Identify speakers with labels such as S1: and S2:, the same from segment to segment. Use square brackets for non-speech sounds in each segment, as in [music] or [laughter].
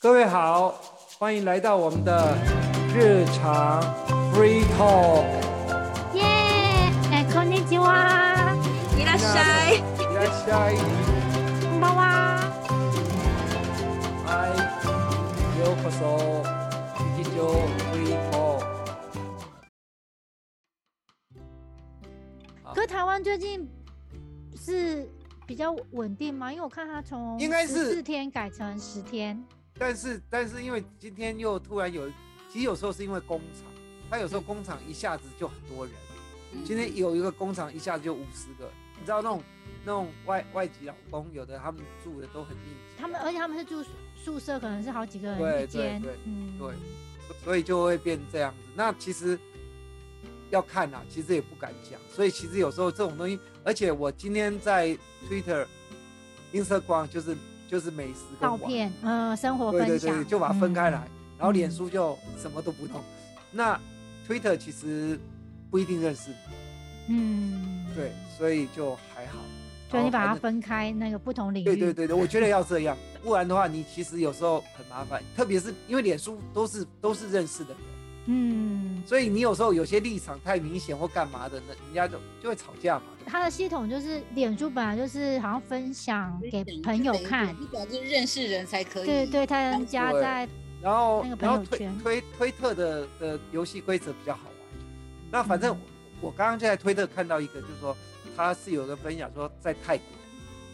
S1: 各位好，欢迎来到我们的日常 free talk。
S2: 耶，哎，こんにちは。
S3: いらっしゃい。
S1: いらっしゃい。
S2: こんばんは。
S1: はい。ようこそ。劇場 free talk。
S2: 可是台湾最近是比较稳定吗？因为我看它从
S1: 应该是
S2: 四天改成十天。
S1: 但是，但是因为今天又突然有，其实有时候是因为工厂，它有时候工厂一下子就很多人。今天有一个工厂一下子就五十个，你知道那种那种外外籍老公，有的他们住的都很密集啊，
S2: 他们而且他们是住宿宿舍，可能是好几个人
S1: 对
S2: 一间
S1: 对对。
S2: 嗯
S1: 对所所以就会变这样子。那其实要看啊，其实也不敢讲。所以其实有时候这种东西，而且我今天在 Twitter、Instagram 就是就是美食跟
S2: 照
S1: 网
S2: 片，嗯，生活
S1: 对
S2: 分
S1: 对
S2: 享，
S1: 对，就把它分开来，然后脸
S2: 嗯
S1: 书就什么都不弄。那 Twitter 其实不一定认识你，
S2: 嗯。嗯，
S1: 对，所以就还好。
S2: 所以你把它
S1: 然后反正
S2: 分开那个不同领域。
S1: 对对对对，我觉得要这样，不然的话，你其实有时候很麻烦，特别是因为脸书都是都是认识的人，
S2: 嗯，
S1: 所以你有时候有些立场太明显或干嘛的，那人家就就会吵架嘛。
S2: 它的系统就是脸书本来就是好像分享给朋友看，
S3: 你表示认识人才可以。
S2: 对对，它能加
S1: 对
S2: 在
S1: 然后
S2: 那个朋
S1: 然后
S2: 友
S1: 推
S2: 圈
S1: 推推特的的游戏规则比较好玩。那反
S2: 嗯
S1: 正我我刚刚就在推特看到一个，就是说他是有个分享说在泰国，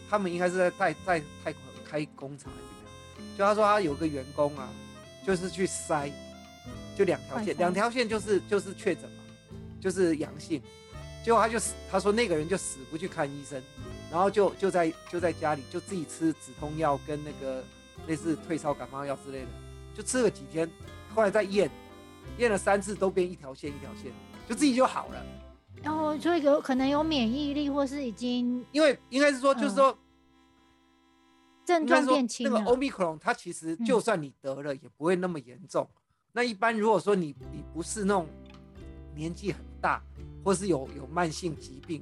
S1: 他们应该是在泰在泰国开工厂还是怎么样？就他说他有个员工啊，就是去筛，就两条
S2: 快
S1: 线，
S2: 筛
S1: 两条线就是就是确诊嘛，就是阳性。结果他就死，他说那个人就死不去看医生，然后就就在就在家里就自己吃止痛药跟那个类似退烧感冒药之类的，就吃了几天，后来再验，验了三次都变一条线一条线，就自己就好了。
S2: 然后所以有可能有免疫力，或是已经
S1: 因为应该是说，就是说，
S2: 症
S1: 应该
S2: 状
S1: 是说
S2: 变轻
S1: 那
S2: 了
S1: 个。omicron 它其实
S2: 嗯
S1: 就算你得了，也不会那么严重。那一般如果说你你不是那种年纪很大，或是有有慢性疾病，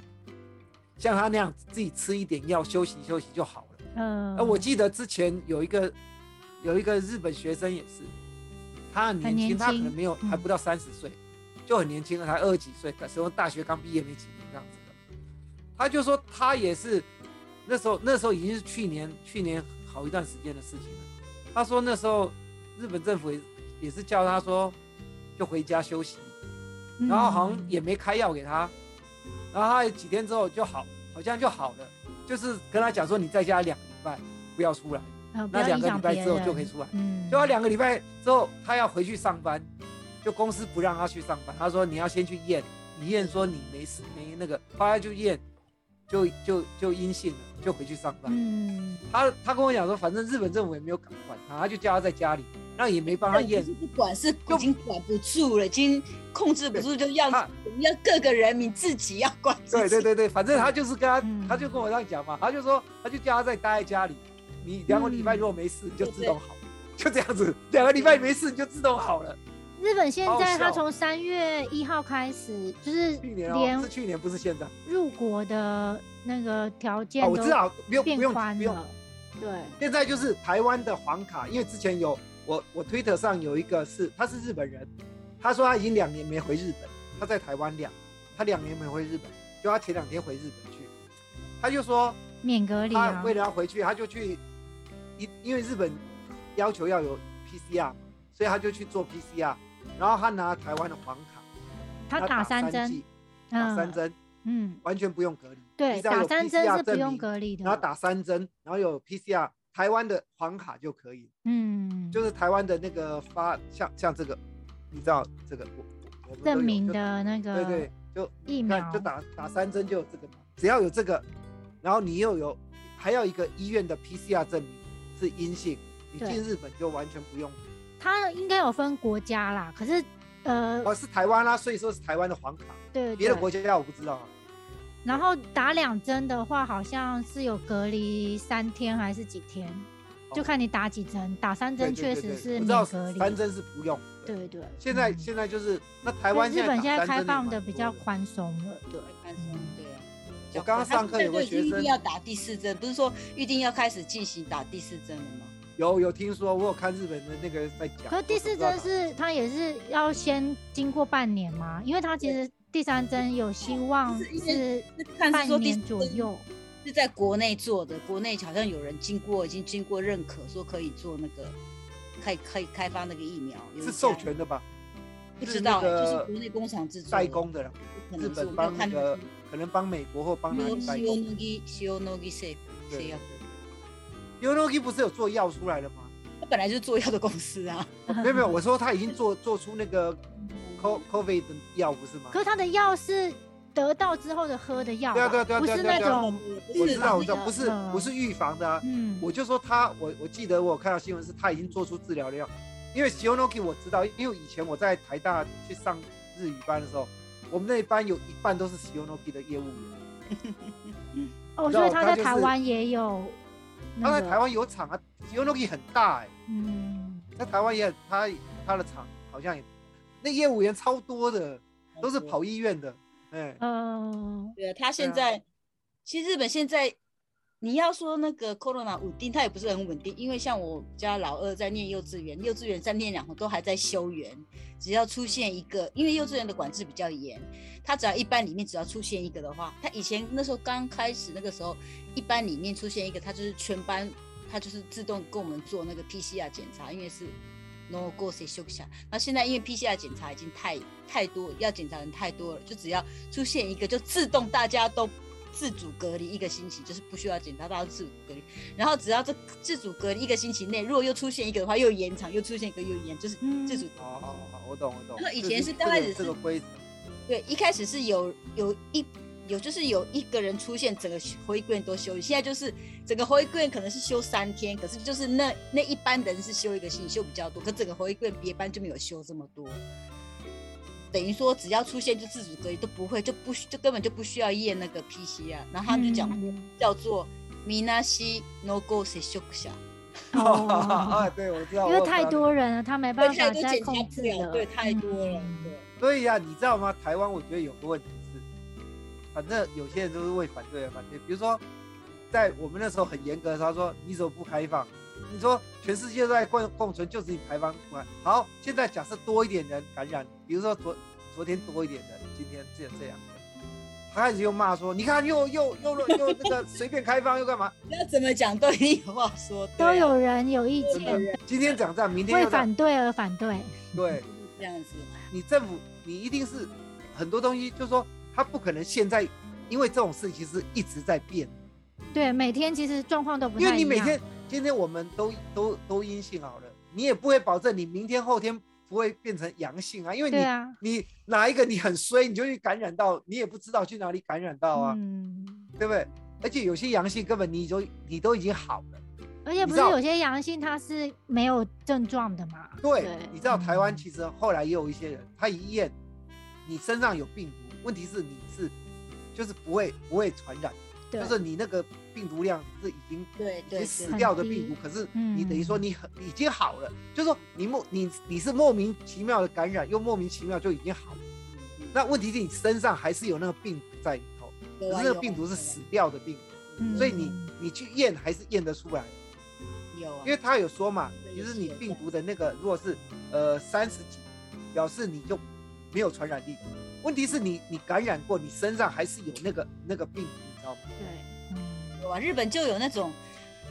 S1: 像他那样自己吃一点药休息休息就好了。
S2: 嗯，
S1: 那哎我记得之前有一个有一个日本学生也是，他很
S2: 很
S1: 年轻，
S2: 年
S1: 他可
S2: 轻
S1: 能没有
S2: 嗯
S1: 还不到三十岁，就很年轻，才二十几岁，可时候大学刚毕业没几年这样子的。他就说他也是那时候那时候已经是去年去年好一段时间的事情了。他说那时候日本政府也也是叫他说就回家休息，
S2: 嗯
S1: 然后好像也没开药给他，然后他几天之后就好，好像就好了，就是跟他讲说你在家两个礼拜不要出来，
S2: 呃不
S1: 那
S2: 要
S1: 两
S2: 影
S1: 个礼
S2: 响别
S1: 拜之后
S2: 人
S1: 就可以出来。
S2: 嗯，
S1: 就他两个礼拜之后，他要回去上班，就公司不让他去上班，他说你要先去验，你验说你没事没那个，后来就验，就就就阴性了，就回去上班。
S2: 嗯，
S1: 他他跟我讲说，反正日本政府也没有管他，他就叫他在家里，那也没帮他
S3: 但也
S1: 验
S3: 不，是不管，是已经管不住了，已经控制不住，就要
S1: 他
S3: 我们要各个人民自己要管自己。
S1: 对对对对，反正他就是跟他，
S2: 嗯
S1: 他就跟我这样讲嘛，他就说，他就叫他再待在家里，你两个礼拜如果没事，你就自动好，就这样子，两个礼拜没事你就自动好了。
S2: 日本现
S1: 好
S2: 在
S1: 笑
S2: 它从三月一号开始，就是
S1: 去年哦，是
S2: 连
S1: 去年不是现在啊，
S2: 入国的那个条件
S1: 哦我
S2: 都
S1: 知道，不用不
S2: 变
S1: 用
S2: 宽
S1: 不用，
S2: 了，对，
S1: 现在就是台湾的黄卡，因为之前有我我推特上有一个是他是日本人，他说他已经两年没回日本，他在台湾两，他两年没回日本，就他前两天回日本去，他就说
S2: 免隔离
S1: 他
S2: 啊
S1: 为，了要回去，他就去一，因为日本要求要有 PCR，所以他就去做 PCR，然后他拿台湾的黄卡，
S2: 他打三针
S1: 剂，，打三
S2: 嗯
S1: 针
S2: 嗯，
S1: 完全不用隔离，
S2: 对，
S1: 你只要
S2: 打
S1: 有
S2: 三
S1: PCR
S2: 针是不
S1: 证
S2: 用
S1: 明
S2: 隔离的，
S1: 然后打三针，然后有 PCR，台湾的黄卡就可以，
S2: 嗯，
S1: 就是台湾的那个发像像这个，你知道这个我我我们都有
S2: 证明
S1: 就
S2: 的那
S1: 对
S2: 个
S1: 对，就
S2: 疫
S1: 你
S2: 苗
S1: 看，就打打三针就有这个嘛，只要有这个，然后你又有还要一个医院的 PCR 证明是阴性，你
S2: 对
S1: 进日本就完全不用。
S2: 它应该有分国家啦，可是呃，
S1: 哦，是台湾啦、所以说是台湾的黄卡，
S2: 对，
S1: 别的
S2: 对
S1: 国家我不知道啊。
S2: 然后打两针的话，好像是有隔离三天还是几天，
S1: 哦
S2: 就看你打几针。打三
S1: 对
S2: 针
S1: 对对
S2: 确实
S1: 对
S2: 是
S1: 我知道
S2: 免隔离。
S1: 三针是不用。
S2: 对对对。
S1: 现在
S2: 嗯
S1: 现在就是那台
S2: 所以
S1: 湾
S2: 日本
S1: 现
S2: 现在
S1: 在打三针
S2: 开
S1: 也
S2: 放
S1: 蛮
S2: 的比较
S1: 多的
S2: 宽松了，对。
S3: 宽松，对啊，
S1: 我刚刚上课有个学
S3: 一定
S1: 生
S3: 要打第四针，不是说预定要开始进行打第四针了吗？
S1: 有有听说，我有看日本的那个在讲。
S2: 可是第四针
S1: 我
S2: 是它也是要先经过半年嘛，因为它其实第三针有希望
S3: 是因
S2: 是
S3: 看是
S2: 半
S3: 说第
S2: 年
S3: 四
S2: 左
S3: 针
S2: 右。
S3: 是在国内做的，国内好像有人经过已经经过认可，说可以做那个开开开发那个疫苗，
S1: 不知道
S3: 有一
S1: 是
S3: 家
S1: 授权的吧？
S3: 不
S1: 是
S3: 知
S1: 那
S3: 道，
S1: 个
S3: 就是国内工厂制作的
S1: 代，工的啦，
S3: 可
S1: 日
S3: 能是
S1: 本
S3: 我没有
S1: 帮那
S3: 看
S1: 个可能帮美国或帮哪里代工。
S3: Shionogi Shionogi Safe
S1: 对
S3: 谁
S1: 对
S3: 呀？
S1: 对 Yonogi 不是有做药出来了吗？哦
S3: 他本来就是做药的公司啊，
S1: 没有没有，我说他已经做做出那个 co covid 的药不是吗
S2: 可？是它的药是得到之后的喝的药
S1: 对啊
S2: 吧，
S1: 对啊对啊
S2: 不
S1: 对啊
S2: 是
S1: 对啊
S2: 那
S1: 对啊
S2: 种，
S1: 我知道我知道，
S2: 那个
S1: 不是
S2: 嗯
S1: 不是预防的啊。
S2: 嗯，
S1: 我就说他，我我记得我有看到新闻是他已经做出治疗的药，因为 Shionogi 我知道，因为以前我在台大去上日语班的时候，我们那一班有一半都是 Shionogi 的业务员，
S2: 哦，
S1: 你知
S2: 所
S1: 道
S2: 以它
S1: 它
S2: 在
S1: 就
S2: 台
S1: 是
S2: 湾也有，
S1: 他在台，湾有厂啊，Shionogi 很大哎、
S2: 嗯，
S1: 在台湾也很他他的厂好像也那业务员超多的，都是跑医院的，哎、
S2: 呃，
S3: 对啊，他现
S1: 对啊
S3: 在、其实日本现在你要说那个 corona 稳定，它也不是很稳定，因为像我家老二在念幼稚园，幼稚园三天两头都还在休园，只要出现一个，因为幼稚园的管制比较严，他只要一班里面只要出现一个的话，他以前那时候刚开始那个时候，一班里面出现一个，他就是全班他就是自动跟我们做那个 PCR 检查，因为是 no go 谁休息。啊那现在因为 PCR 检查已经太太多，要检查的人太多了，就只要出现一个，就自动大家都自主隔离一个星期，就是不需要检查，大家都自主隔离。然后只要这自主隔离一个星期内，如果又出现一个的话，又延长，又出现一个又延，就是
S2: 嗯
S3: 自主
S1: 哦哦哦，我懂我懂。
S3: 那以前是
S1: 这
S3: 刚开始
S1: 这个
S3: 是
S1: 规则，
S3: 对，一开始是有有一有就是有一个人出现，整个回忆院都休息。现在就是整个回忆院可能是休三天，可是就是那那一班人是休一个星期，休比较多，可整个回忆院别班就没有休这么多。等于说，只要出现就自主隔离，都不会，就不就根本就不需要验那个 PCR。然后他们就讲、
S2: 嗯
S3: 叫做 “minashi no go s e s h o k
S1: 啊， [laughs]
S2: 哦，
S1: 对，我知道，
S2: 因
S1: 我
S2: 为
S1: 知
S2: 太
S1: 道
S2: 多人了，他没
S3: 对，
S2: 办
S3: 太
S2: 法
S3: 多
S2: 再
S3: 检查
S2: 控
S3: 不
S2: 制
S3: 了，
S2: 了，
S3: 对，太多了，
S2: 嗯
S3: 对。
S1: 所以呀、啊你知道吗？台湾我觉得有个问题是，反正有些人都是为反对而啊反对。比如说，在我们那时候很严格的时候，他说你怎么不开放？你说全世界都在共共存，就是你台湾不开。好，现在假设多一点人感染，比如说昨昨天多一点人，今天这样这样，他开始又骂说，你看又又又又那个随便开放又干嘛？
S3: 要怎么讲都一定有话说，对啊
S2: 都有人有意
S3: 都有
S2: 见，
S1: 今天讲这样，明天
S2: 为
S1: 又这样，
S2: 反对而反对，
S1: 对。
S3: 这样子。
S1: 你政府你一定是很多东西，就是说他不可能现在，因为这种事情是一直在变，
S2: 对，每天其实状况都不太
S1: 因
S2: 一
S1: 为
S2: 样，
S1: 你每天今天我们都都都阴性好了，你也不会保证你明天后天不会变成阳性啊，因为你、
S2: 对啊，
S1: 你哪一个你很衰，你就去感染到，你也不知道去哪里感染到啊，
S2: 嗯，
S1: 对不对？而且有些阳性根本你就你都已经好了，
S2: 而且
S1: 你
S2: 不
S1: 知
S2: 是
S1: 道
S2: 有些阳性它是没有症状的嘛，
S1: 对，
S3: 对
S1: 你知道台湾
S2: 嗯
S1: 其实后来也有一些人，他一验你身上有病毒，问题是你是就是不会不会传染。
S2: 对，
S1: 就是你那个病毒量是已经
S3: 对
S1: 已经
S3: 对对
S1: 死掉的病毒，可是你等于说
S2: 嗯
S1: 你很已经好了，就是说你莫你你是莫名其妙的感染，又莫名其妙就已经好了。
S3: 嗯
S1: 那问题是你身上还是有那个病毒在里头，
S3: 有
S1: 可
S3: 啊
S1: 是那个病毒是死，掉的病毒，所以你
S2: 嗯
S1: 你去验还是验得出来，
S3: 有啊有啊，
S1: 因为他有说嘛，
S3: 对
S1: 其实
S3: 是
S1: 你
S3: 嗯有
S1: 病
S3: 的
S1: 毒的那个如果是呃三十几，表示你就没有传染力。问题是你你感染过，你身上还是有那个那个病毒，你知道吗？
S3: 对
S2: 嗯
S3: 有啊，日本就有那种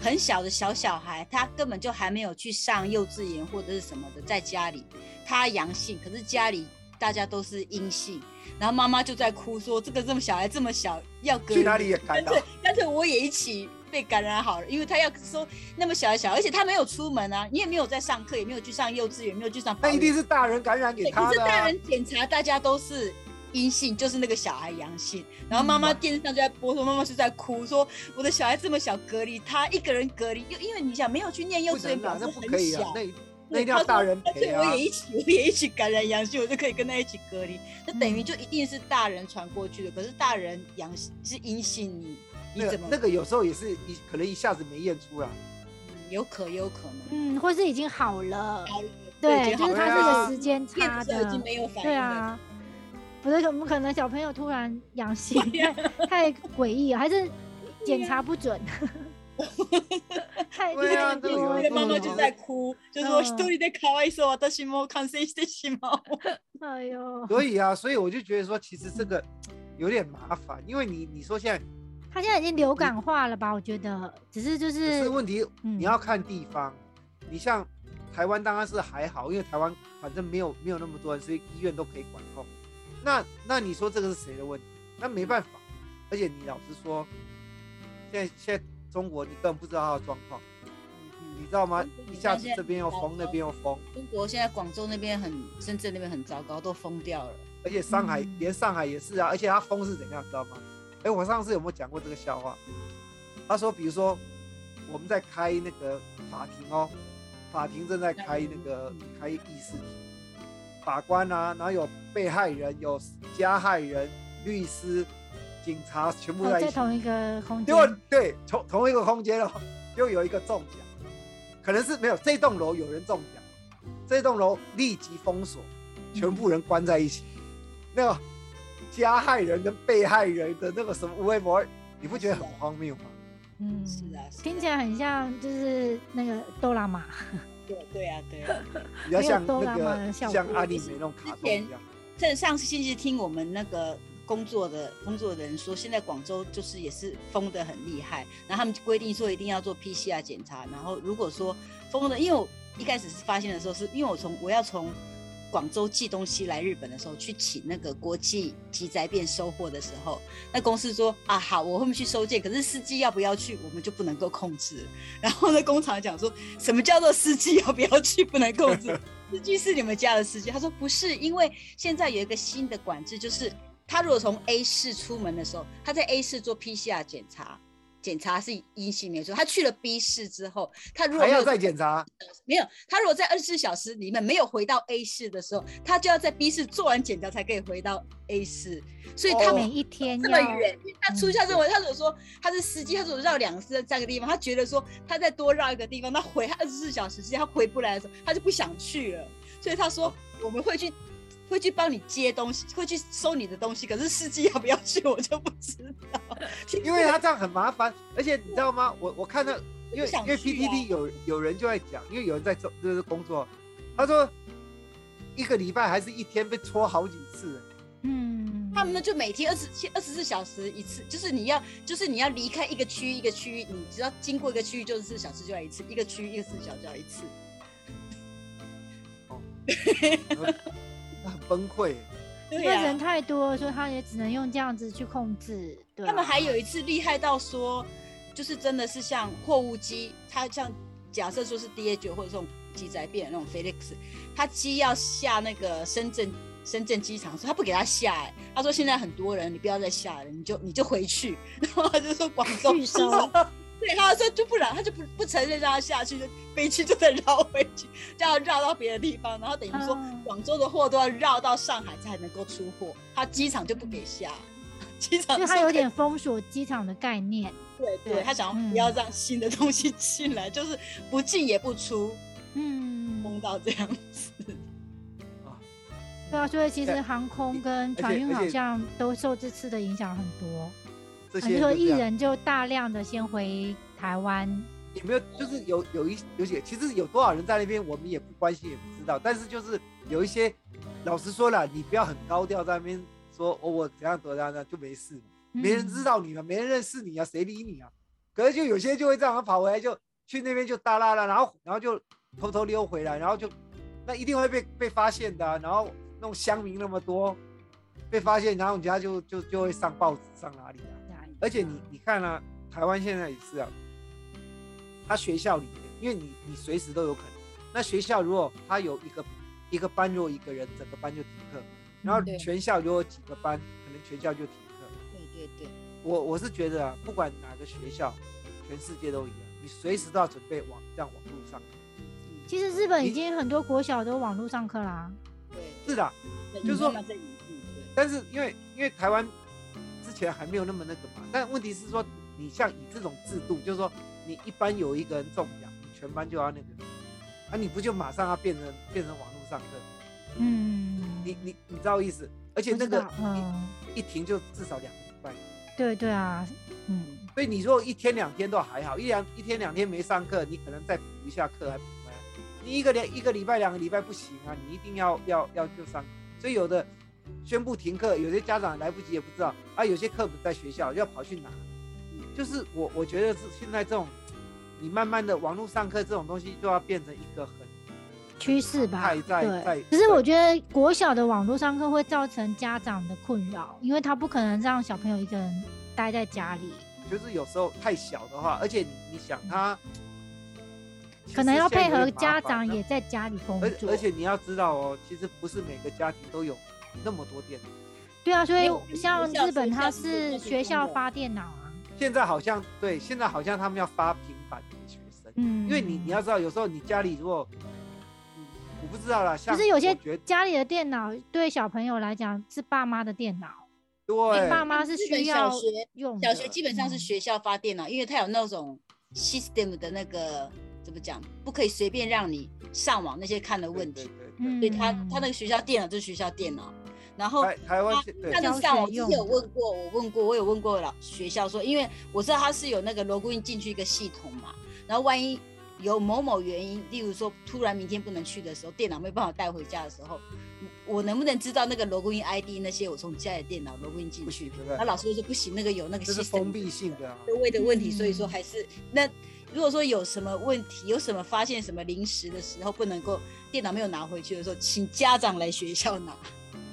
S3: 很小的小小孩，他根本就还没有去上幼稚园或者是什么的，在家里他阳性，可是家里大家都是阴性，然后妈妈就在哭说这个这么小孩这么小要隔
S1: 去
S3: 离
S1: 哪里也感
S3: 干
S1: 染
S3: 脆。干脆我也一起被感染好了，因为他要说那么小的小孩，而且他没有出门啊，你也没有在上课，也没有去上幼稚园，没有去上保
S1: 那
S3: 育
S1: 一定是大人感染给
S3: 对，
S1: 他
S3: 可是
S1: 的、
S3: 大
S1: 啊。
S3: 人检查大家都是阴性，就是那个小孩阳性。
S1: 嗯
S3: 然后妈妈电视上就在播说，妈妈就在哭说，我的小孩这么小隔离，他一个人隔离，又因为你想没有去念幼
S1: 不
S3: 稚园，
S1: 能啊
S3: 表，示
S1: 那不可
S3: 很
S1: 以啊
S3: 小，。
S1: 那一那
S3: 对
S1: 一定要大人
S3: 他说而
S1: 陪
S3: 且
S1: 啊
S3: 我。也一起，我也一起感染阳性，我就可以跟他一起隔离。那等于
S2: 嗯
S3: 就一定是大人传过去的，可是大人阳性是阴性，你
S1: 那
S3: 你
S1: 个
S3: 怎么
S1: 那个有时候也是一可能一下子没验出
S3: [laughs]
S1: 来，
S3: 嗯有可有可能？
S2: 嗯，或是已经好了，
S3: 好了
S2: 对，
S3: 已经
S2: 就
S3: 好
S2: 是
S3: 了
S1: 对
S2: 它是
S1: 啊
S2: 有时间
S3: 验
S2: 差
S3: 的时候已经
S2: 的，
S3: 没有反应
S2: 对
S3: 了。
S2: 啊，不是，可不可能小朋友突然阳性，太太诡异了，还是检查不
S3: [laughs]
S2: 准，太
S1: 对
S2: 太
S1: 啊这个有
S2: 多
S1: 人
S2: 了
S1: 说
S3: ママ就在哭，就是 [laughs] 我一
S2: 嗯
S3: 人でかわいそう、私も感染してしまう。
S2: 哎呦，
S1: 所以啊，所以我就觉得说，其实这个有点麻烦，因为你你说现在
S2: 他现在已经流感化了吧？我觉得，只是就
S1: 可
S2: 是
S1: 是问题，
S2: 嗯
S1: 你要看地方。你像台湾当然是还好，因为台湾反正没有没有那么多人，所以医院都可以管控。那那你说这个是谁的问题？那没办法。而且你老实说，现在现在中国你根本不知道他的状况，你知道吗
S3: 嗯？
S1: 一下子这边又封，那边又封，
S3: 中国现在广州那边很，深圳那边很糟糕，都封掉了。
S1: 而且上海
S2: 嗯
S1: 连上海也是啊，而且他封是怎样，知道吗？哎，我上次有没有讲过这个笑话？他说，比如说我们在开那个法庭哦，法庭正在开那个
S2: 嗯
S1: 开议事庭，法官啊，然后有被害人、有加害人、律师、警察全部
S2: 哦
S1: 在一
S2: 在
S1: 起，
S2: 同一个空
S1: 结
S2: 间，
S1: 果对同同一个空间哦， [laughs] 就有一个中奖，可能是没有这栋楼有人中奖，这栋楼立即封锁，全部人关在一起。
S2: 嗯
S1: 那个加害人跟被害人的那个什么微博，你不觉得很荒谬吗？
S2: 嗯，
S3: 是啊是啊
S2: 听起来很像就是那个哆啦 A
S3: 对对啊，对啊。
S1: 比较像
S2: 没有
S1: 那
S2: 哆啦 A 梦
S1: 个
S2: 的效果
S1: 像阿丽美那种卡通一样。
S3: 正上星期听我们那个工作的工作的人说，现在广州就是也是封得很厉害，然后他们规定说一定要做 PCR 检查，然后如果说封的，因为我一开始是发现的时候，是因为我从我要从广州寄东西来日本的时候，去请那个国际集宅店收货的时候，那公司说啊好，我会去收件，可是司机要不要去，我们就不能够控制了。然后呢，工厂讲说什么叫做司机要不要去，不能控制。司机是你们家的司机？他说不是，因为现在有一个新的管制，就是他如果从 A 市出门的时候，他在 A 市做 PCR 检查，检查是阴性没错。他去了 B 市之后，他如果
S1: 还
S3: 没有
S1: 要再检查，
S3: 没有，他如果在二十四小时里面没有回到 A 市的时候，他就要在 B 市做完检查才可以回到 A 市，所以他
S1: 哦
S2: 每
S3: 们
S2: 一天
S3: 这么
S2: 要嗯
S3: 远，因为他初夏认为他所说他是司机，他所绕两次这个地方，他觉得说他再多绕一个地方，他回二十四小时之间他回不来的时候，他就不想去了，所以他说我们会去。会去帮你接东西，会去收你的东西，可是司机要不要去，我就不知道。
S1: 因为他这样很麻烦。而且你知道吗？我我看到，因为
S3: 我不想
S1: 因为
S3: 去啊
S1: PTT 有有人就在讲，因为有人在做就是工作，他说一个礼拜还是一天被戳好几次。
S2: 嗯，
S3: 他们呢就每天二十二十四小时一次，就是你要就是你要离开一个区域一个区域，你只要经过一个区域就是四小时就要一次，一个区域一个四小时就要一次。
S1: 那很崩溃。
S3: 对啊
S2: 因为人太多了，所以他也只能用这样子去控制。对啊，
S3: 他们还有一次厉害到说，就是真的是像货物机，它像假设说是 DH 或者这种鸡仔变那种 Felix，他机要下那个深圳深圳机场，说他不给他下、欸，他说现在很多人，你不要再下了，你就你就回去，然后他就说广州
S2: 拒收
S3: [laughs] 对，他说就不然，他就不不承认让他下去，就飞机就再绕回去，这样绕到别的地方，然后等于说
S2: 嗯
S3: 广州的货都要绕到上海才能够出货，他机场就不给下，机
S2: [laughs]
S3: 场
S2: 就
S3: 说
S2: 他有点封锁机场的概念。
S3: 对
S2: 对
S3: 对，他想
S2: 嗯
S3: 要不要让新的东西进来，就是不进也不出，
S2: 嗯
S3: 封，到这 [laughs] 样子。
S2: 对啊，所以其实
S1: 对
S2: 航空跟
S1: 而
S2: 船
S1: 且
S2: 运
S1: 而
S2: 好
S1: 且
S2: 像都受这次的影响很多。
S1: 这
S2: 啊，你
S1: 些
S2: 说
S1: 就这
S2: 艺
S1: 样
S2: 人就大量的先回台湾，
S1: 也没有，就是有有一有些，其实有多少人在那边，我们也不关心，也不知道。但是就是有一些，老实说了，你不要很高调在那边说，哦，我怎样怎样怎样就没事，没人知
S2: 道。
S1: 道你了，没人认识你啊，谁理你啊？可是就有些就会这样他跑回来，就去那边就耷拉了，然后然后就偷偷溜回来，然后就那一定会被被发现的啊、然后那种乡民那么多，被发现，然后人家就就就会上报纸上哪里啊？而且你你看啊，台湾现在也是啊，他学校里面，因为你你随时都有可能。那学校如果他有一个一个班若一个人，整个班就停课；然后
S2: 嗯
S3: 对
S1: 全校如果有几个班，可能全校就停课。
S3: 对对对，
S1: 我我是觉得啊，不管哪个学校，全世界都一样，你随时都要准备网这样网络上。
S3: 嗯
S2: 其实日本已
S1: 你
S2: 经很多国小都网络上课啦。
S3: 对，
S1: 是的啊，就是说
S3: 慢慢在引进，嗯对，
S1: 但是因为因为台湾之前还没有那么那个嘛，但问题是说，你像以这种制度，就是说你一般有一个人中奖，你全班就要那个，啊，你不就马上要变成变成网络上课？
S2: 嗯，
S1: 你你你知道意思？而且
S2: 不
S1: 那
S2: 知
S1: 个
S2: 道嗯，
S1: 一停就至少两个礼拜，
S2: 对对啊，嗯，
S1: 所以你说一天两天都还好，一两一天两天没上课，你可能再补一下课还补回来。你一个两一个礼拜两个礼拜不行啊，你一定要要要就上。所以有的宣布停课，有些家长来不及也不知道啊，有些课本在学校要跑去拿。就是我我觉得是现在这种，你慢慢的网络上课这种东西就要变成一个很
S2: 趋势吧，
S1: 太在在
S2: 对。只是我觉得国小的网络上课会造成家长的困扰，因为他不可能让小朋友一个人待在家里，
S1: 就是有时候太小的话，而且你你想他，
S2: 可能要配合家长
S1: 也。
S2: 也在家里工
S1: 而
S2: 作。
S1: 而且你要知道哦，其实不是每个家庭都有那么多电脑。
S2: 对啊，所
S3: 没
S2: 以
S3: 有学
S2: 像
S3: 校
S2: 日本
S3: 学校
S2: 它
S3: 是自
S2: 是
S3: 己
S2: 学校
S3: 弄的
S2: 发电脑啊，
S1: 现在好像对，现在好像他们要发平板给学生，
S2: 嗯，
S1: 因为你你要知道，有时候你家里如果，嗯我不知道啦，像
S2: 可是有些
S1: 我觉得
S2: 家里的电脑对小朋友来讲是爸妈的电脑，
S1: 对
S2: 爸妈是
S3: 日本
S2: 需
S3: 小
S2: 要
S3: 学
S2: 用的。
S3: 小学基本上是
S2: 嗯
S3: 学校发电脑，因为它有那种 system 的那个怎么讲，不可以随便让你上网那些看的
S1: 对
S3: 问
S1: 对
S3: 题，
S1: 对对哎
S2: 嗯
S3: 所以它它那个学校电脑就是学校电脑，然后
S1: 台台湾现对
S3: 他
S2: 教
S3: 能上
S2: 学
S3: 网，之前
S2: 用
S3: 有
S2: 的
S3: 问过，我问过，我有问过老学校说，因为我知道他是有那个 login 进去一个系统嘛，然后万一有某某原因，例如说突然明天不能去的时候，电脑没办法带回家的时候，我能不能知道那个 login ID 那些我从家里电脑 login 进
S1: 不
S3: 去
S1: 行，？对不
S3: 然后
S1: 对？
S3: 老师就说不行，那个有那个
S1: 这是
S3: system
S1: 封闭性的啊，
S3: 的位的问题，所以说
S2: 嗯
S3: 还是那如果说有什么问题，有什么发现什么临时的时候不能够电脑没有拿回去的时候，请家长来学校拿，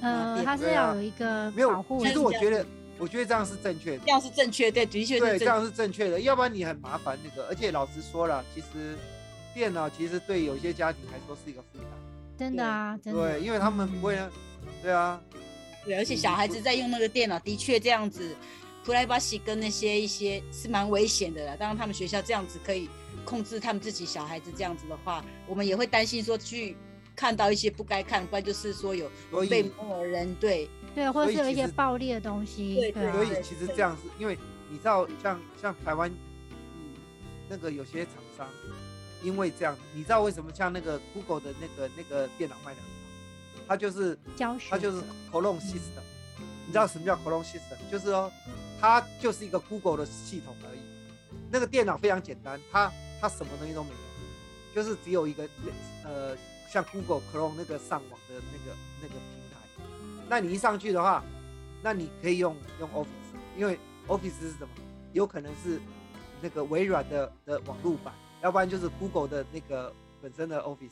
S2: 呃，
S3: 电
S2: 它是
S1: 对啊
S2: 要有一个
S1: 没
S2: 保
S1: 有。
S2: 护
S1: 其
S2: 的。
S1: 实我觉得，我觉得这样是正确的
S3: 这。样是正确，对，的确是
S1: 对，
S3: 正
S1: 这
S3: 确。
S1: 样是正确的，要不然你很麻烦那个。而且老实说了，其实电脑其实对有些家庭来说是一个负担。
S2: 真的啊，真的。
S1: 对，因为他们不会
S2: 嗯，，
S1: 对啊，
S3: 对，而且小孩子在用那个电脑，的确这样子，普莱巴西跟那些一些是蛮危险的啦。当然，他们学校这样子可以控制他们自己小孩子这样子的话，我们也会担心说去看到一些不该看，不然就是说有
S1: 所
S3: 被
S1: 以
S3: 某某人对
S2: 对，或
S1: 所
S2: 者
S1: 以
S2: 是有一
S1: 其
S2: 些
S1: 实
S2: 暴力的东西，
S3: 对
S2: 对啊
S1: 所以其实这样是因为你知道像，像台湾，嗯，那个有些厂商因为这样，你知道为什么像那个 Google 的那个那个电脑卖的很好，它就是
S2: 教学
S1: 它就是
S2: 者
S1: Clone System，你知道什么叫 Clone System？就是哦，它就是一个 Google 的系统而已。那个电脑非常简单，它它什么东西都没有，就是只有一个类呃像 Google Chrome 那个上网的那个那个平台。那你一上去的话，那你可以用用 Office，因为 Office 是什么？有可能是那个微软的的网络版，要不然就是 Google 的那个本身的 Office，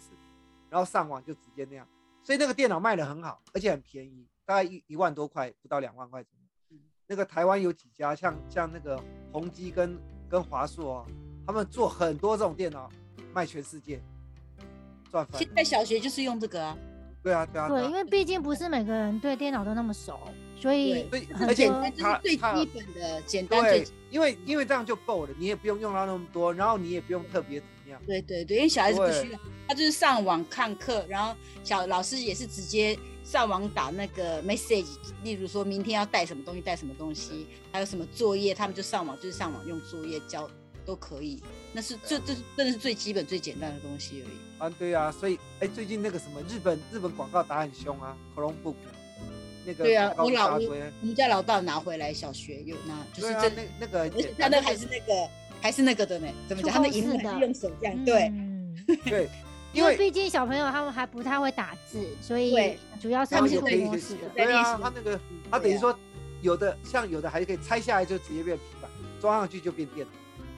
S1: 然后上网就直接那样。所以那个电脑卖的很好，而且很便宜，大概一一万多块，不到两万块左
S3: 嗯
S1: 右。那个台湾有几家，像像那个宏基跟跟华硕哦，他们做很多这种电脑，卖全世界，赚翻
S3: 现。在小学就是用这个啊，
S1: 对啊，对啊，
S2: 对，
S1: 啊
S2: 因为毕竟不是每个人对电脑都那么熟，所以
S1: 所以
S2: 很
S1: 而且
S2: 多
S3: 这
S1: 它
S3: 是最
S1: 它
S3: 基本的，简单最
S1: 对，因为因为这样就够了，你也不用用到那么多，然后你也不用特别怎么样。
S3: 对对对，因为小孩子不
S1: 对
S3: 需要，他就是上网看课，然后小老师也是直接上网打那个 message，例如说明天要带什么东西，带什么东西，还有什么作业，他们就上网，就是上网用作业交都可以。那是这这是真的是最基本最简单的东西而已。
S1: 啊，对啊，所以哎，最近那个什么日本日本广告打很凶啊，Chromebook 那个
S3: 对啊
S1: 广告
S3: 我
S1: 一
S3: 老
S1: 大
S3: 我
S1: 堆，
S3: 我们家老大拿回来小学有拿，就是
S1: 对啊，
S3: 真的，
S1: 那那个很
S3: 而且
S1: 简
S3: [laughs] 他
S1: 单
S3: 那
S1: 那
S3: 还
S1: 个
S3: 是那个还是那个的呢，怎么讲？
S2: 触
S3: 他的
S2: 控
S3: 荧幕
S2: 式
S3: 还是
S2: 的
S3: 用手这样
S1: [laughs]
S3: 对。
S2: 嗯
S1: 对，
S2: 因
S1: 因
S2: 为
S1: 为
S2: 毕竟小朋友他们还不太会打字，所以
S3: 对
S2: 主要是
S1: 他
S3: 他
S2: 用
S1: 们
S3: 是
S1: 有可以
S2: 触
S3: 对
S2: 摸
S1: 学
S2: 式
S1: 习
S2: 的
S1: 的，。对
S3: 在练
S1: 啊，
S3: 习
S1: 他那个
S3: 嗯
S1: 他
S3: 对
S1: 等于
S3: 啊
S1: 说有的像有的还可以拆下来就直接变平板，装上去就变电脑。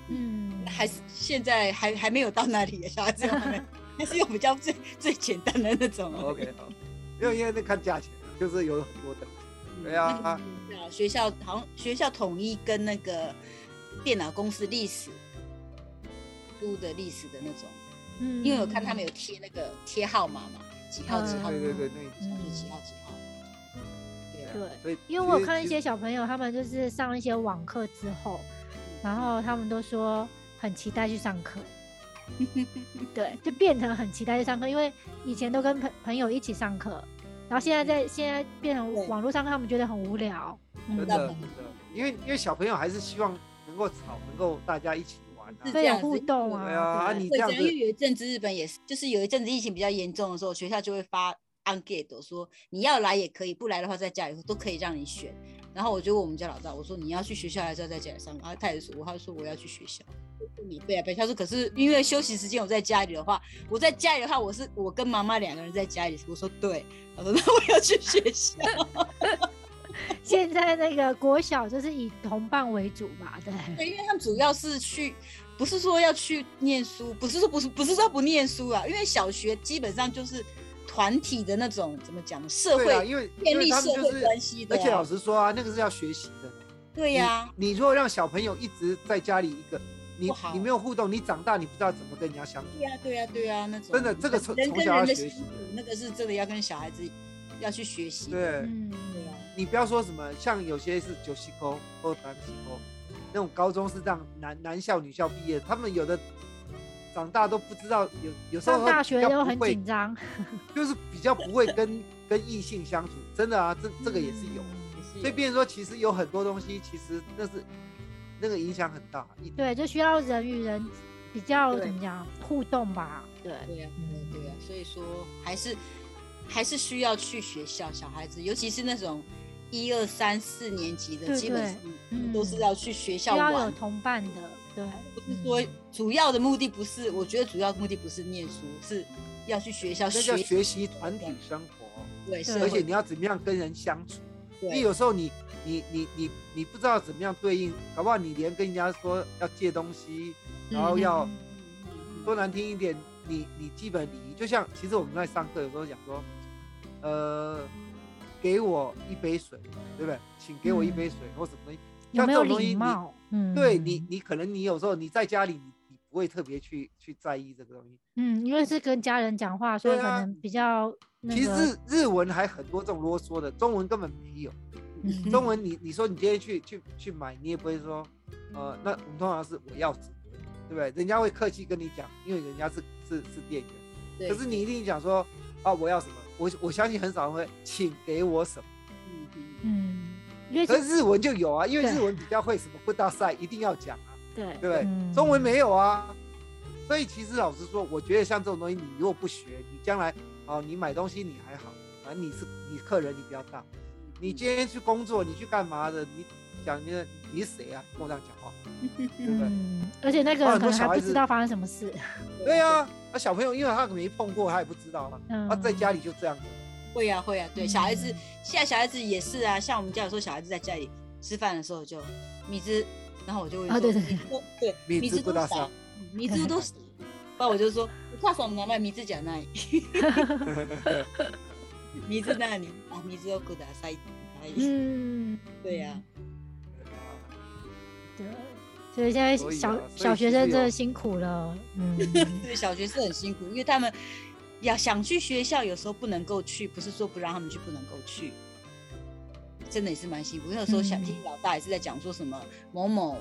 S2: 嗯，
S3: 还是现在还还没有到那里，小孩子还没还是用比较最最简单的那种。
S1: OK，好，
S3: [laughs]
S1: 因为因为那看价钱，啊就是有很多等级。
S3: 嗯
S1: 对啊啊，
S3: 那个学校好像学校统一跟那个电脑公司历史都的历史的那种，
S2: 嗯
S3: 因为我看他们有贴那个贴号码嘛，几号几号，
S1: 对
S2: 嗯
S3: 小
S1: 对对，那一
S3: 学几号几号。对啊，
S2: 对，
S1: 所以
S2: 因为
S1: 其
S2: 我有
S1: 实
S2: 看一
S1: 其
S2: 些
S1: 实
S2: 小朋友，他们就是上一些网课之后，然后他们都说很期待去上
S3: [laughs]
S2: 课，对，就变成很期待去上课，因为以前都跟朋朋友一起上课，然后现在在现在变成
S3: 对
S2: 网络上课，他们觉得很无聊，
S1: 真的真的，因为因为小朋友还是希望能够吵，能够大家一起玩啊。
S2: 所
S3: 是这
S2: 以有
S3: 样子
S2: 互动啊，
S1: 对啊，啊你这
S3: 会这
S1: 样
S3: 样，因为
S1: 子，
S3: 有一阵子日本也是，就是有一阵子疫情比较严重的时候，学校就会发 a n g e t 说你要来也可以，不来的话在家里都可以让你选。然后我就问我们家老大，我说你要去学校还是要在家里上课？他他也说，我他说我要去学校。我说你对啊，对啊他说可是因为休息时间我在家里的话，我在家里的话，我是我跟妈妈两个人在家里。我说对，他说 [laughs] 那我要去学校。
S2: 现在那个国小就是以同伴为主嘛，对，
S3: 对，因为他们主要是去，不是说要去念书，不是说不是不是说不念书啊，因为小学基本上就是团体的那种怎么讲，社
S1: 对啊，
S3: 会
S1: 因为因
S3: 建
S1: 为
S3: 立
S1: 他们
S3: 社
S1: 就
S3: 会
S1: 是，
S3: 关系的
S1: 而
S3: 啊、
S1: 且老实说啊，那个是要学习的。
S3: 对
S1: 你
S3: 呀、
S1: 你如果让小朋友一直在家里一个，你
S3: 不好
S1: 你没有互动，你长大你不知道怎么跟人家相处。
S3: 对呀、对呀、对呀、那种
S1: 真的这个从
S3: 人
S1: 从
S3: 跟
S1: 小要
S3: 人的
S1: 学习
S3: 相处那个是真的要跟小孩子要去学习的。
S1: 对，
S2: 嗯，
S1: [laughs]
S3: 对啊
S1: 你不要说什么，像有些是九西沟或南西沟那种高中是让男男校女校毕业，他们有的长大都不知道，有有时
S2: 上
S1: 候
S2: 大学
S1: 比较
S2: 都
S1: 不
S2: 很
S1: 会
S2: 紧，张，
S1: [laughs] 就是比较不会跟跟异性相处，真的啊，这这个也是有。
S2: 嗯
S3: 也是
S1: 所以变成说，其实有很多东西，其实那是那个影响很大。一
S2: 对，就需要人与人比较
S1: 对
S2: 怎么讲互动吧，对，
S3: 对呀、对呀、所以说还是还是需要去学校，小孩子，尤其是那种一二三四年级的，
S2: 对
S3: 基本
S2: 对
S3: 上都是
S2: 嗯
S3: 要去学
S2: 需
S3: 校
S2: 要
S3: 玩
S2: 有。同伴的，对，
S3: 不是说主要的目的不是，我觉得主要目的不是念书，是要去学校
S1: 那叫
S3: 学
S1: 学习团体生活，
S3: 对，
S2: 对
S3: 社
S1: 而
S3: 会
S1: 且你要怎么样跟人相处。因为
S3: 对
S1: 有时候你你你你你不知道怎么样对应，搞不好你连跟人家说要借东西，然后要
S2: 嗯
S1: 说难听一点，你你基本礼仪，就像其实我们在上课有时候讲说，呃，给我一杯水，对不对？请给我一杯水或什么东西，像
S2: 有没
S1: 这
S2: 嗯有
S1: 种东西
S2: 礼
S1: 你，
S2: 貌？嗯，
S1: 对你你可能你有时候你在家里你你不会特别去去在意这个东西。
S2: 嗯，因为是跟家人讲话，所以
S1: 对
S2: 可
S1: 啊
S2: 能比较那
S1: 其实
S2: 个，
S1: 日日文还很多这种啰嗦的，中文根本没有。
S2: 嗯
S1: 中文你你说你今天去去去买，你也不会说，呃，那我们通常是我要几个，对不对？人家会客气跟你讲，因为人家是是是店员。
S3: 对，
S1: 可是你一定讲说啊，我要什么？我我相信很少人会请给我什么。
S3: 嗯嗯
S2: 嗯，因为
S1: 可
S2: 是
S1: 是日文就有啊，因为
S2: 对
S1: 日文比较会什么不大赛，一定要讲啊，
S2: 对
S1: 对不对？
S2: 嗯
S1: 中文没有啊。所以其实老实说，我觉得像这种东西，你如果不学，你将来哦，你买东西你还好，反正你是你客人你比较大。你今天去工作，你去干嘛的？你讲你的你是谁啊？跟我这样讲话。对不对
S2: 嗯，而且那个
S1: 哇
S2: 人
S1: 啊很
S2: 可
S1: 多
S2: 能还
S1: 小孩
S2: 不知
S1: 子
S2: 道发生什么事，
S1: 对啊，那小朋友因为他没碰过，他也不知道啊。
S2: 嗯，
S1: 他在家里就这样子。
S3: 会呀、会呀、啊对，小孩子
S2: 嗯
S3: 现在小孩子也是啊，像我们家有时候小孩子在家里吃饭的时候就米汁，然后我就会
S2: 啊
S3: 说
S2: 对对
S1: 米
S3: 米汁多对米
S1: 汁
S3: 汁
S1: 不
S3: 多
S1: 大
S3: 少
S1: 少，
S3: 嗯米汁多少，爸我就说你跨什么南麦米汁讲那里，米汁那里啊米汁要给他塞，
S2: 嗯，
S3: 对啊呀、
S2: 对，所以现在
S1: 所以啊
S2: 小
S1: 所以
S2: 小
S1: 其
S2: 学
S1: 实
S2: 生真
S1: 有
S2: 的辛苦了，
S1: [laughs]
S2: 嗯，
S3: 对，小学是很辛苦，因为他们要想去学校，有时候不能够去，不是说不让他们去，不能够去，真的也是蛮辛苦。因为有时候想
S2: 嗯
S3: 听老大也是在讲说什么某某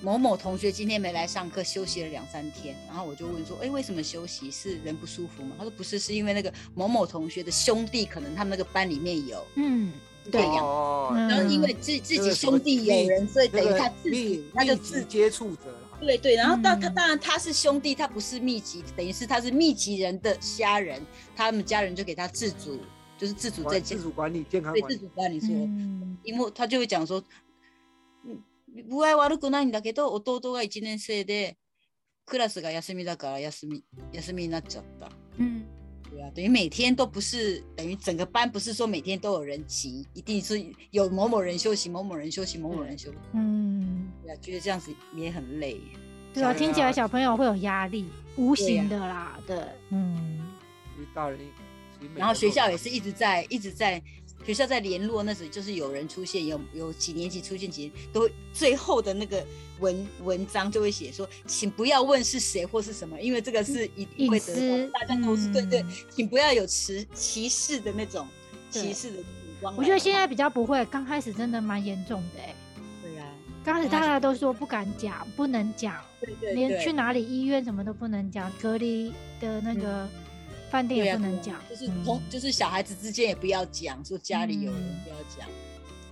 S3: 某某同学今天没来上课，休息了两三天，然后我就问说，哎，为什么休息？是人不舒服吗？他说不是，是因为那个某某同学的兄弟，可能他们那个班里面有
S2: 嗯，
S3: 对呀、
S1: 哦
S2: 嗯
S3: 然后因为自自己
S1: 个什么
S3: 兄弟有
S1: 密
S3: 人，所以等
S1: 那
S3: 于
S1: 个
S3: 他自己
S1: 密，
S3: 他就
S1: 密
S3: 自
S1: 集接触者啦。
S3: 对对，然后当他
S2: 嗯
S3: 当然他是兄弟，他不是密集，等于是他是密集人的家人，他们家人就给他自主，就是自主在
S1: 管
S3: 家
S1: 自主管理、健康
S3: 对
S1: 管
S3: 自
S1: 理，
S3: 主管理说，
S2: 嗯
S3: 因为他就会讲说，嗯，不愛悪くないんだけど、弟が一年生でクラスが休みだから休み休みになっちゃった。
S2: 嗯
S3: 对啊，等于每天都不是，等于整个班不是说每天都有人齐，一定是有某某人休息，某某人休息，某某人休息。
S2: 嗯，
S3: 对啊，觉得这样子也很累。
S2: 对啊，
S1: 小
S2: 听起来
S1: 孩啊
S2: 小朋友会有压力，无
S3: 对
S2: 形
S3: 呀
S2: 的啦，对，嗯。
S1: 因为大人其实每个
S3: 然后学校
S1: 都
S3: 也是一直在一直在学校在联络，那时就是有人出现，有有几年级出现，几年都会最后的那个文文章就会写说，请不要问是谁或是什么，因为这个是一定会
S2: 隐
S3: 得
S2: 私，
S3: 到大家都是对对
S2: 嗯，
S3: 请不要有歧歧视的那种
S2: 对
S3: 歧视的眼光来的话。
S2: 我觉得现在比较不会，刚开始真的蛮严重的哎、
S3: 对啊，
S2: 刚开始
S3: 刚
S2: 大
S3: 开始
S2: 家都说不敢讲，不能讲，
S3: 对对
S2: 连去
S3: 对。
S2: 哪里医院什么都不能讲，隔离的那个饭店
S3: 对
S2: 也
S3: 啊，
S2: 不能
S3: 对
S2: 讲
S3: 啊，就是同
S2: 嗯
S3: 就是小孩子之间也不要讲，说家里有人
S2: 嗯
S3: 不要讲。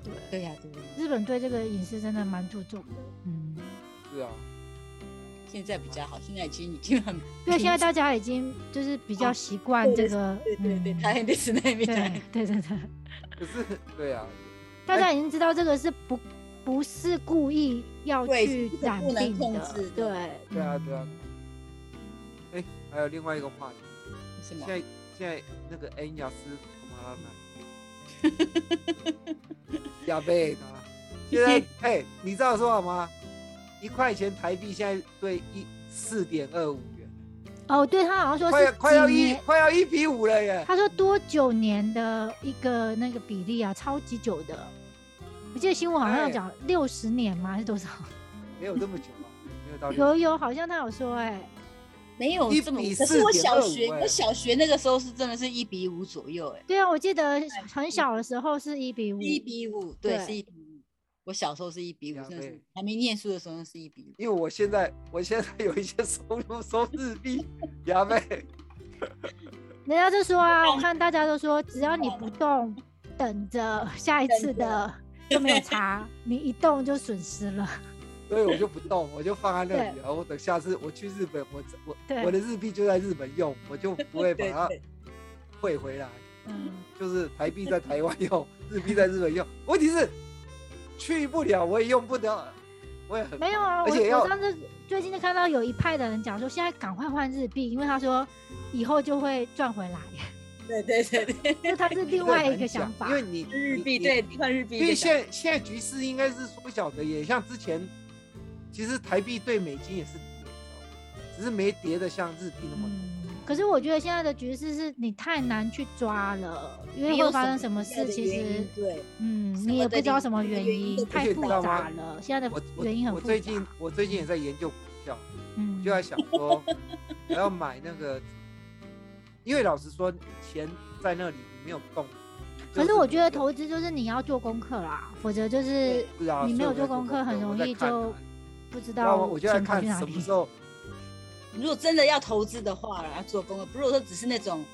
S2: 对
S3: 对啊呀，对呀，
S2: 日本对这个隐私真的蛮注重的，嗯，
S1: 是啊，
S3: 现在比较好，现在已经已经很
S2: 因为现在大家已经就是比较习惯这个，
S3: 哦对对对，
S2: 嗯
S3: 大変ですねみたいな
S2: 对。对对
S3: [laughs]
S2: 对，
S1: 可是对啊，
S2: 大家已经知道这个是不不是故意要
S3: 对
S2: 去
S3: 是不
S2: 染
S3: 能
S2: 病
S3: 控
S2: 的
S3: 制，的
S2: 对
S1: 对啊，对啊
S2: 嗯。
S1: 哎，还有另外一个话题，
S3: 什
S1: 现
S3: 么？
S1: 在现在那个恩雅斯马拉奶，
S2: [laughs]
S1: 亚贝呢？现在哎，你知道多少吗？一块钱台币现在兑一四点二五元，
S2: 哦，对他好像说
S1: 快
S2: 是
S1: 要快要
S2: 几
S1: 一
S2: 年
S1: 快要一比五了耶！
S2: 他说多久年的一个那个比例啊，超级久的。我记得新闻好像有
S1: 哎
S2: 讲六十年吗？还是多少？
S1: 没有这么久啊，没有到
S2: 有
S1: 六
S2: 有，好像他有说哎、
S3: 没有
S1: 一
S3: 这么
S1: 比，
S3: 可是我小
S1: 4.25
S3: 学
S1: 哎
S3: 我小学那个时候是真的是一比五左右，哎，
S2: 对啊，我记得很小的时候是一比五，
S3: 一比五，对，
S2: 对
S3: 是一比五。我小时候是一比五，
S1: 两
S3: 真的是
S1: 倍
S3: 还没念书的时候是一比五。
S1: 因为我现在我现在有一些收入收日币，亚贝
S2: 人家就说啊，我看大家都说，只要你不动，等着下一次的就没有差，你一动就损失了。
S1: 所以我就不动，我就放在那里，然后我等下次我去日本，我我
S2: 对
S1: 我的日币就在日本用，我就不会把
S3: 对
S1: 它
S3: 对，
S1: 汇回来，
S2: 嗯，
S1: 就是台币在台湾用，日币在日本用。问题是去不了，我也用不了，我也很
S2: 没有啊，我
S1: 而且要
S2: 我上次最近就看到有一派的人讲说，现在赶快换日币，因为他说以后就会赚回来，
S3: 对对对对，
S2: 因为他是另
S1: 这
S2: 外一
S1: 很
S2: 个
S1: 假
S2: 想法
S1: 因。为你
S3: 日
S1: 你
S3: 币
S1: 你
S3: 对换日币
S1: 因为
S3: 一个小
S1: 现
S3: 时，
S1: 在现在局势应该是缩小的，也像之前，其实台币对美金也是跌的，只是没跌的像日币那么多。
S2: 嗯，可是我觉得现在的局势是你太难去抓了，因为
S3: 没有
S2: 会发生
S3: 什
S2: 什
S3: 么
S2: 么
S3: 意外
S2: 事，
S3: 的
S2: 其
S3: 原因
S2: 实
S3: 对，
S2: 嗯，
S3: 什
S2: 你
S3: 么
S2: 也
S3: 的
S2: 不知道
S3: 原
S2: 什么
S3: 因
S2: 原
S3: 原因
S2: 因
S3: 都，不
S2: 太
S1: 知
S2: 复
S1: 道
S2: 杂
S1: 吗
S2: 了。现在的
S1: 我我
S2: 原因很
S1: 我
S2: 复
S1: 最
S2: 杂
S1: 近我最近也在研究股票，
S2: 嗯
S1: 就在想说 [laughs] 我要买那个，因为老实说钱在那里你没有动。
S2: 可是我觉得投
S1: 资
S2: 资就是你要做功课啦，否则就是你没有做功课，很容易就不知
S1: 啊然
S2: 道
S1: 后我就在
S2: 钱跑
S1: 看
S2: 去哪
S1: 什么
S2: 里
S1: 时。
S2: [laughs]
S1: 候哦
S3: 如果真的要投资的话啦，要做功课。如果说只是那种，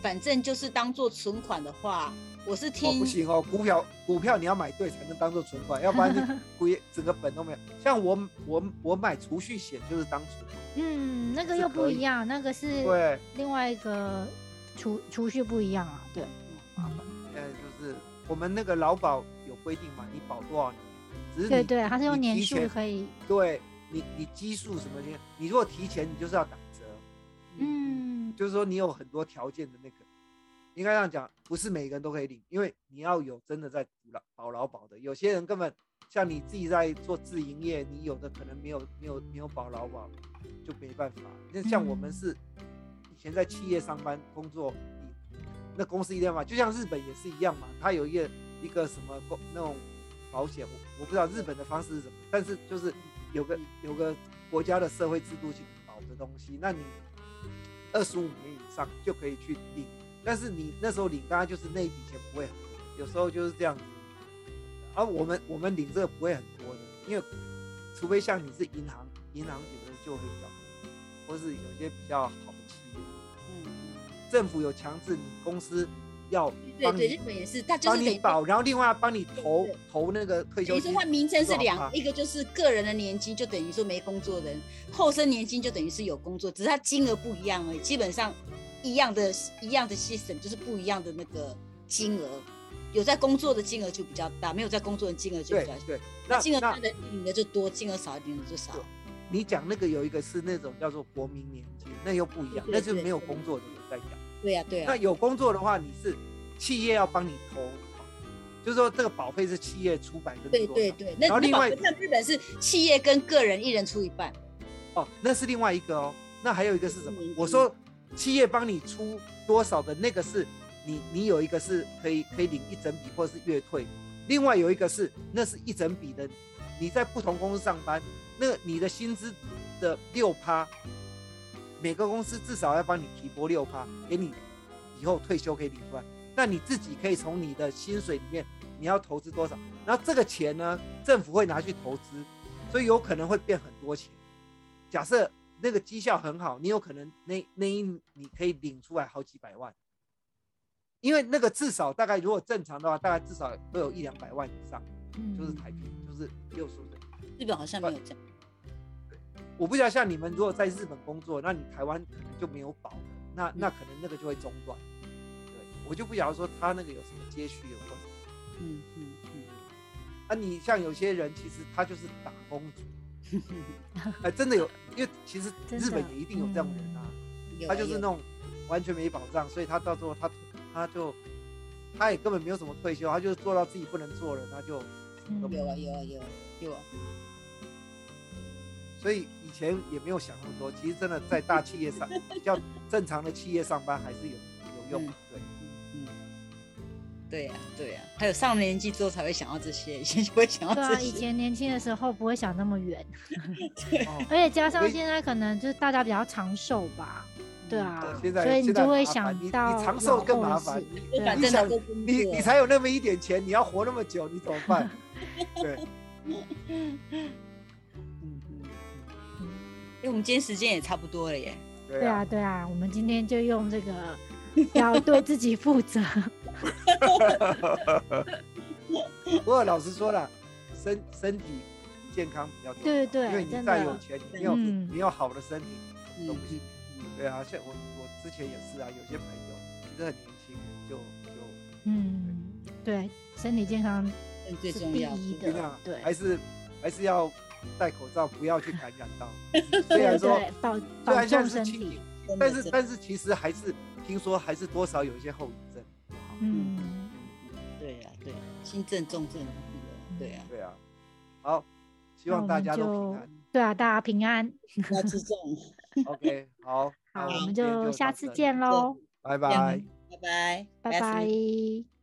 S3: 反正就是当做存款的话，我是
S1: 哦，
S3: 听
S1: 不行哦，股票股票你要买对才能当做存款，要不然
S2: [laughs]
S1: 你股也整个本都没有。像我我我买储蓄险就是当存款，
S2: 嗯，那个
S1: 是
S2: 又
S1: 可
S2: 不
S1: 以
S2: 一样，那个是
S1: 对，
S2: 另外一个储储蓄不一样啊。对，
S1: 现在呃就是我们那个劳保有规定嘛，你保多少年，只是
S2: 对
S1: 你
S2: 对，它是用
S1: 你
S2: 年
S1: 提
S2: 数
S1: 前
S2: 可以，
S1: 对你你基数什么的，你如果提前你就是要打折，
S2: 嗯，
S1: 就是说你有很多条件的那个，应该这样讲，不是每个人都可以领，因为你要有真的在劳保劳保的，有些人根本像你自己在做自营业，你有的可能没有没有没有保劳保，就没办法。那像我们
S2: 嗯
S1: 是以前在企业上班工作，你那公司一定要嘛，就像日本也是一样嘛，它有一个一个什么公那种保险，我我不知道日本的方式是什么，但是就是有个有个国家的社会制度去保的东西，那你二十五年以上就可以去领，但是你那时候领，当然就是那一笔钱不会很多，有时候就是这样子。而、我们我们领这个不会很多的，因为除非像你是银行，银行有的就会比较多，或是有些比较好的企业，
S3: 嗯，
S1: 政府有强制你公司要
S3: 对
S1: 帮
S3: 对，日
S1: 你
S3: 本也是，它就
S1: 帮
S3: 是等
S1: 你
S3: 于
S1: 保，然后另外帮你投
S3: 对对
S1: 投那个退
S3: 等
S1: 休
S3: 于说
S1: 金。
S3: 它名称是
S1: 多少
S3: 两，
S1: 趴
S3: 一个就是个人的年金，就等于说没工作的人；后生年金就等于是有工作，只是它金额不一样而已，基本上一样的一样的 system 就是不一样的那个金额。有在工作的金额就比较大，没有在工作的金额就比
S1: 对
S3: 较小。
S1: 对，
S3: 那
S1: 那
S3: 金额
S1: 那
S3: 大的领的就多，金额少的领的就少。
S1: 你讲那个有一个是那种叫做国民年金，那又不一样，
S3: 对
S1: 那
S3: 对
S1: 就
S3: 对
S1: 没有
S3: 对
S1: 工作的人在讲。
S3: 对呀、对呀、啊
S1: 那有工作的话，你是企业要帮你投，就是说这个保费是企业出百分之
S3: 对
S1: 多
S3: 对
S1: 少
S3: 对，那
S1: 然后另外
S3: 那日本是企业跟个人一人出一半，
S1: 哦，那是另外一个哦。那还有一个是什么
S3: 嗯嗯？
S1: 我说企业帮你出多少的那个是你你有一个是可以可以领一整笔或是月退，另外有一个是那是一整笔的，你在不同公司上班，那你的薪资的六趴，每个公司至少要帮你提拨六趴，给你以后退休可以领出来。那你自己可以从你的薪水里面，你要投资多少？然后这个钱呢，政府会拿去投资，所以有可能会变很多钱。假设那个绩效很好，你有可能那那一你可以领出来好几百万，因为那个至少大概如果正常的话，大概至少都有一两百嗯万以上，就是台币，就是六十的。
S3: 日本好像没有这样。
S1: 我不知道像你们如果在日本工作，那你台湾可能就没有保，
S2: 嗯
S1: 那那可能那个就会中断。对我就不晓得说他那个有什么接续有关。
S3: 嗯嗯
S1: 啊，你像有些人其实他就是打工族，
S2: [laughs]
S3: 嗯，
S1: 哎、真的有，因为其实
S2: 真的
S1: 日本也一定有这种人啊，
S3: 有啊
S1: 他就是那
S3: 有啊
S1: 种完全没保障，所以他到最后他他就他也根本没有什么退休，他就做到自己不能做了，他就什么都不
S2: 嗯
S3: 有啊有啊有啊有啊，
S1: 所以以前也没有想那么多，其实真的在大企业上，比较正常的企业上班还是有有用的。对，
S3: 嗯，对呀、对呀、还有上了年纪之后才会想到这些，以前就不会想到
S2: 对
S3: 这
S2: 啊，以
S3: 些。
S2: 前年轻的时候不会想那么远，
S1: 哦，
S2: 而且加
S1: 我
S2: 上
S1: 以
S2: 现在可能就是大家比较长寿吧，对啊
S1: 对，现在
S2: 所以你
S1: 现在
S2: 就会
S1: 麻烦
S2: 想
S1: 你你
S2: 到
S1: 长寿更麻
S2: 老后啊
S1: 烦
S2: [laughs] 的事，
S1: 你
S3: 就反
S1: 你
S3: 正
S1: 想
S3: 都工
S1: 你
S3: 作
S1: 你才有那么一点钱，你要活那么久，你怎么
S2: [laughs]
S1: 办？对，啊
S3: 嗯嗯嗯，哎、我们今天时间也差不多了耶。
S1: 对
S2: 对啊，
S1: 啊，
S2: 对啊，我们今天就用这个要对自己负责， [laughs]
S1: 不过老实说了，身身体健康比较重要，
S2: 对对
S1: 因为你
S2: 真
S1: 再
S2: 的
S1: 有钱，你没有
S2: 嗯
S1: 没有好的身体，
S3: 嗯
S1: 都不行
S3: 嗯
S1: 对啊，像我我之前也是啊，有些朋友其实很年轻，就就
S2: 嗯，对，身体健康
S3: 嗯最
S2: 是
S3: 重
S2: 第
S3: 要。
S2: 一
S1: 尽量
S2: 的，对，
S1: 啊还是还是要戴口罩，不要去感染
S2: [laughs]
S1: 到。虽然说
S2: 对保
S1: 虽
S2: 保
S1: 然现
S2: 重
S1: 在是
S2: 身
S1: 清
S2: 体
S1: 零，，
S3: 真的
S1: 但是
S3: 真的
S1: 但是其实还是听说还是多少有一些后遗症。
S2: 嗯，
S3: 对呀、对、啊，新政重症什么的，对呀、
S1: 对啊，好，希
S2: 那
S1: 望
S2: 我
S1: 大
S2: 们
S1: 家都
S2: 就
S1: 平安。
S2: 对啊，大家平安，
S3: 要自重，
S1: OK，好，
S2: 好，
S1: 那
S2: 我们
S1: 今天
S2: 就
S1: 到
S2: 下次
S1: 这里，
S2: 见喽，
S1: 拜
S3: 这样
S1: 拜。
S3: 哦拜拜，
S2: 拜拜。